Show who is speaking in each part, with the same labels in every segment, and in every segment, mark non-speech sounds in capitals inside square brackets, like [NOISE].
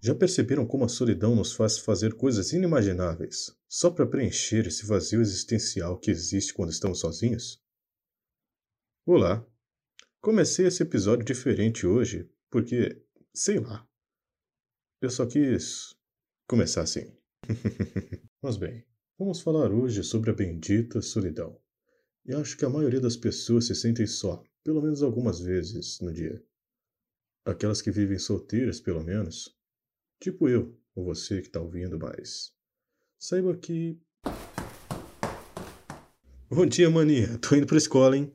Speaker 1: Já perceberam como a solidão nos faz fazer coisas inimagináveis, só para preencher esse vazio existencial que existe quando estamos sozinhos? Olá! Comecei esse episódio diferente hoje, porque, sei lá, eu só quis começar assim. [LAUGHS] Mas bem, vamos falar hoje sobre a bendita solidão. E acho que a maioria das pessoas se sentem só, pelo menos algumas vezes no dia. Aquelas que vivem solteiras, pelo menos. Tipo eu, ou você que está ouvindo, mas. Saiba que. Bom dia, maninha. Tô indo pra escola, hein?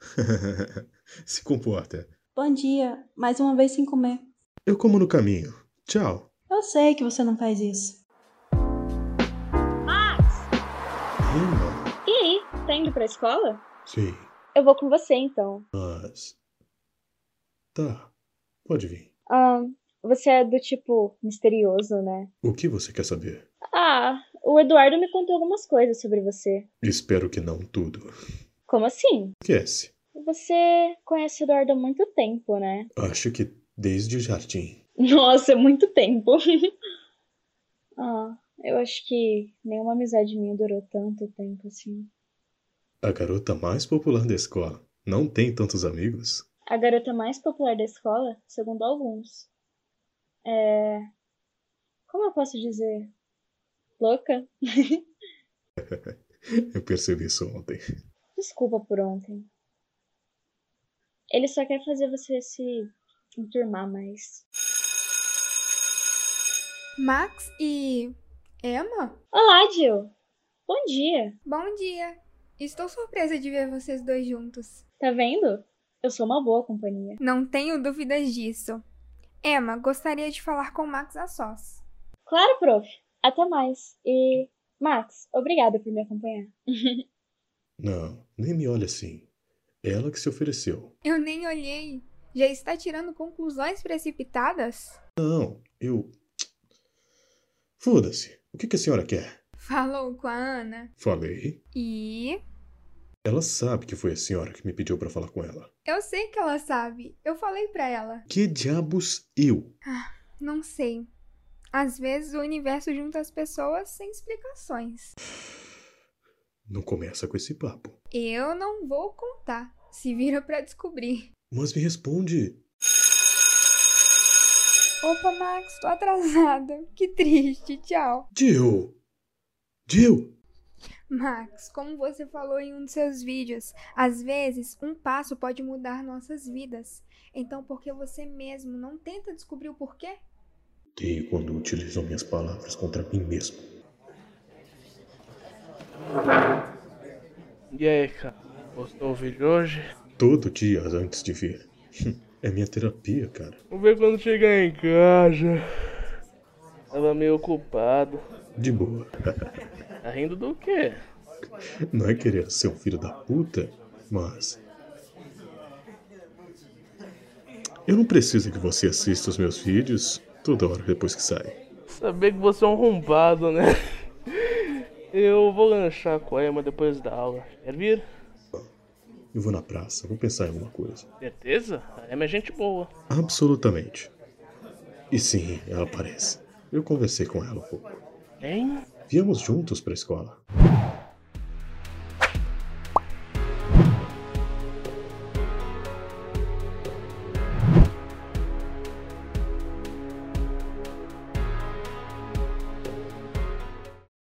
Speaker 1: [LAUGHS] se comporta.
Speaker 2: Bom dia, mais uma vez sem comer.
Speaker 1: Eu como no caminho. Tchau.
Speaker 2: Eu sei que você não faz isso.
Speaker 3: Max,
Speaker 1: Rima?
Speaker 3: e aí? Tá indo pra escola?
Speaker 1: Sim,
Speaker 3: Eu vou com você então.
Speaker 1: mas. Tá, pode vir.
Speaker 3: Ah, você é do tipo misterioso, né?
Speaker 1: O que você quer saber?
Speaker 3: Ah, o Eduardo me contou algumas coisas sobre você.
Speaker 1: Espero que não tudo.
Speaker 3: Como assim?
Speaker 1: Esquece.
Speaker 3: Você conhece o Eduardo há muito tempo, né? [LAUGHS]
Speaker 1: Acho que desde o jardim.
Speaker 3: Nossa, é muito tempo. [LAUGHS] ah, eu acho que nenhuma amizade minha durou tanto tempo assim.
Speaker 1: A garota mais popular da escola não tem tantos amigos?
Speaker 3: A garota mais popular da escola, segundo alguns. É. Como eu posso dizer? Louca?
Speaker 1: Eu percebi isso ontem.
Speaker 3: Desculpa por ontem. Ele só quer fazer você se enturmar mais.
Speaker 4: Max e Emma?
Speaker 3: Olá, Jill! Bom dia!
Speaker 4: Bom dia! Estou surpresa de ver vocês dois juntos.
Speaker 3: Tá vendo? Eu sou uma boa companhia.
Speaker 4: Não tenho dúvidas disso. Emma, gostaria de falar com Max a sós.
Speaker 3: Claro, prof! Até mais! E. Max, obrigada por me acompanhar.
Speaker 1: Não, nem me olha assim. Ela que se ofereceu.
Speaker 4: Eu nem olhei. Já está tirando conclusões precipitadas?
Speaker 1: Não, eu. Foda-se. O que, que a senhora quer?
Speaker 4: Falou com a Ana
Speaker 1: Falei.
Speaker 4: e.
Speaker 1: Ela sabe que foi a senhora que me pediu pra falar com ela.
Speaker 4: Eu sei que ela sabe. Eu falei pra ela.
Speaker 1: Que diabos eu?
Speaker 4: Não sei. Às vezes o universo junta as pessoas sem explicações.
Speaker 1: Não começa com esse papo.
Speaker 4: Eu não vou contar. Se vira pra descobrir.
Speaker 1: Mas me responde.
Speaker 4: Opa, Max, tô atrasada. [LAUGHS] Que triste, tchau.
Speaker 1: Jill! Jill!
Speaker 4: Max, como você falou em um de seus vídeos, às vezes um passo pode mudar nossas vidas. Então, por que você mesmo não tenta descobrir o porquê?
Speaker 1: Odeio quando utilizam minhas palavras contra mim mesmo.
Speaker 5: E aí, cara? Gostou do vídeo hoje?
Speaker 1: Todo dia antes de vir. [LAUGHS] É minha terapia, cara.
Speaker 5: Vamos ver quando chegar em casa. Tava meio ocupado.
Speaker 1: De boa. [LAUGHS]
Speaker 5: Tá rindo do quê?
Speaker 1: Não é querer ser um filho da puta, mas. Eu não preciso que você assista os meus vídeos toda hora depois que sai.
Speaker 5: Saber que você é um arrombado, né? Eu vou lanchar com a Emma depois da aula. Quer vir?
Speaker 1: Eu vou na praça, vou pensar em alguma coisa.
Speaker 5: Certeza? A Emma é gente boa.
Speaker 1: Absolutamente. E sim, ela aparece. Eu conversei com ela um pouco.
Speaker 5: Hein?
Speaker 1: Viemos juntos pra escola.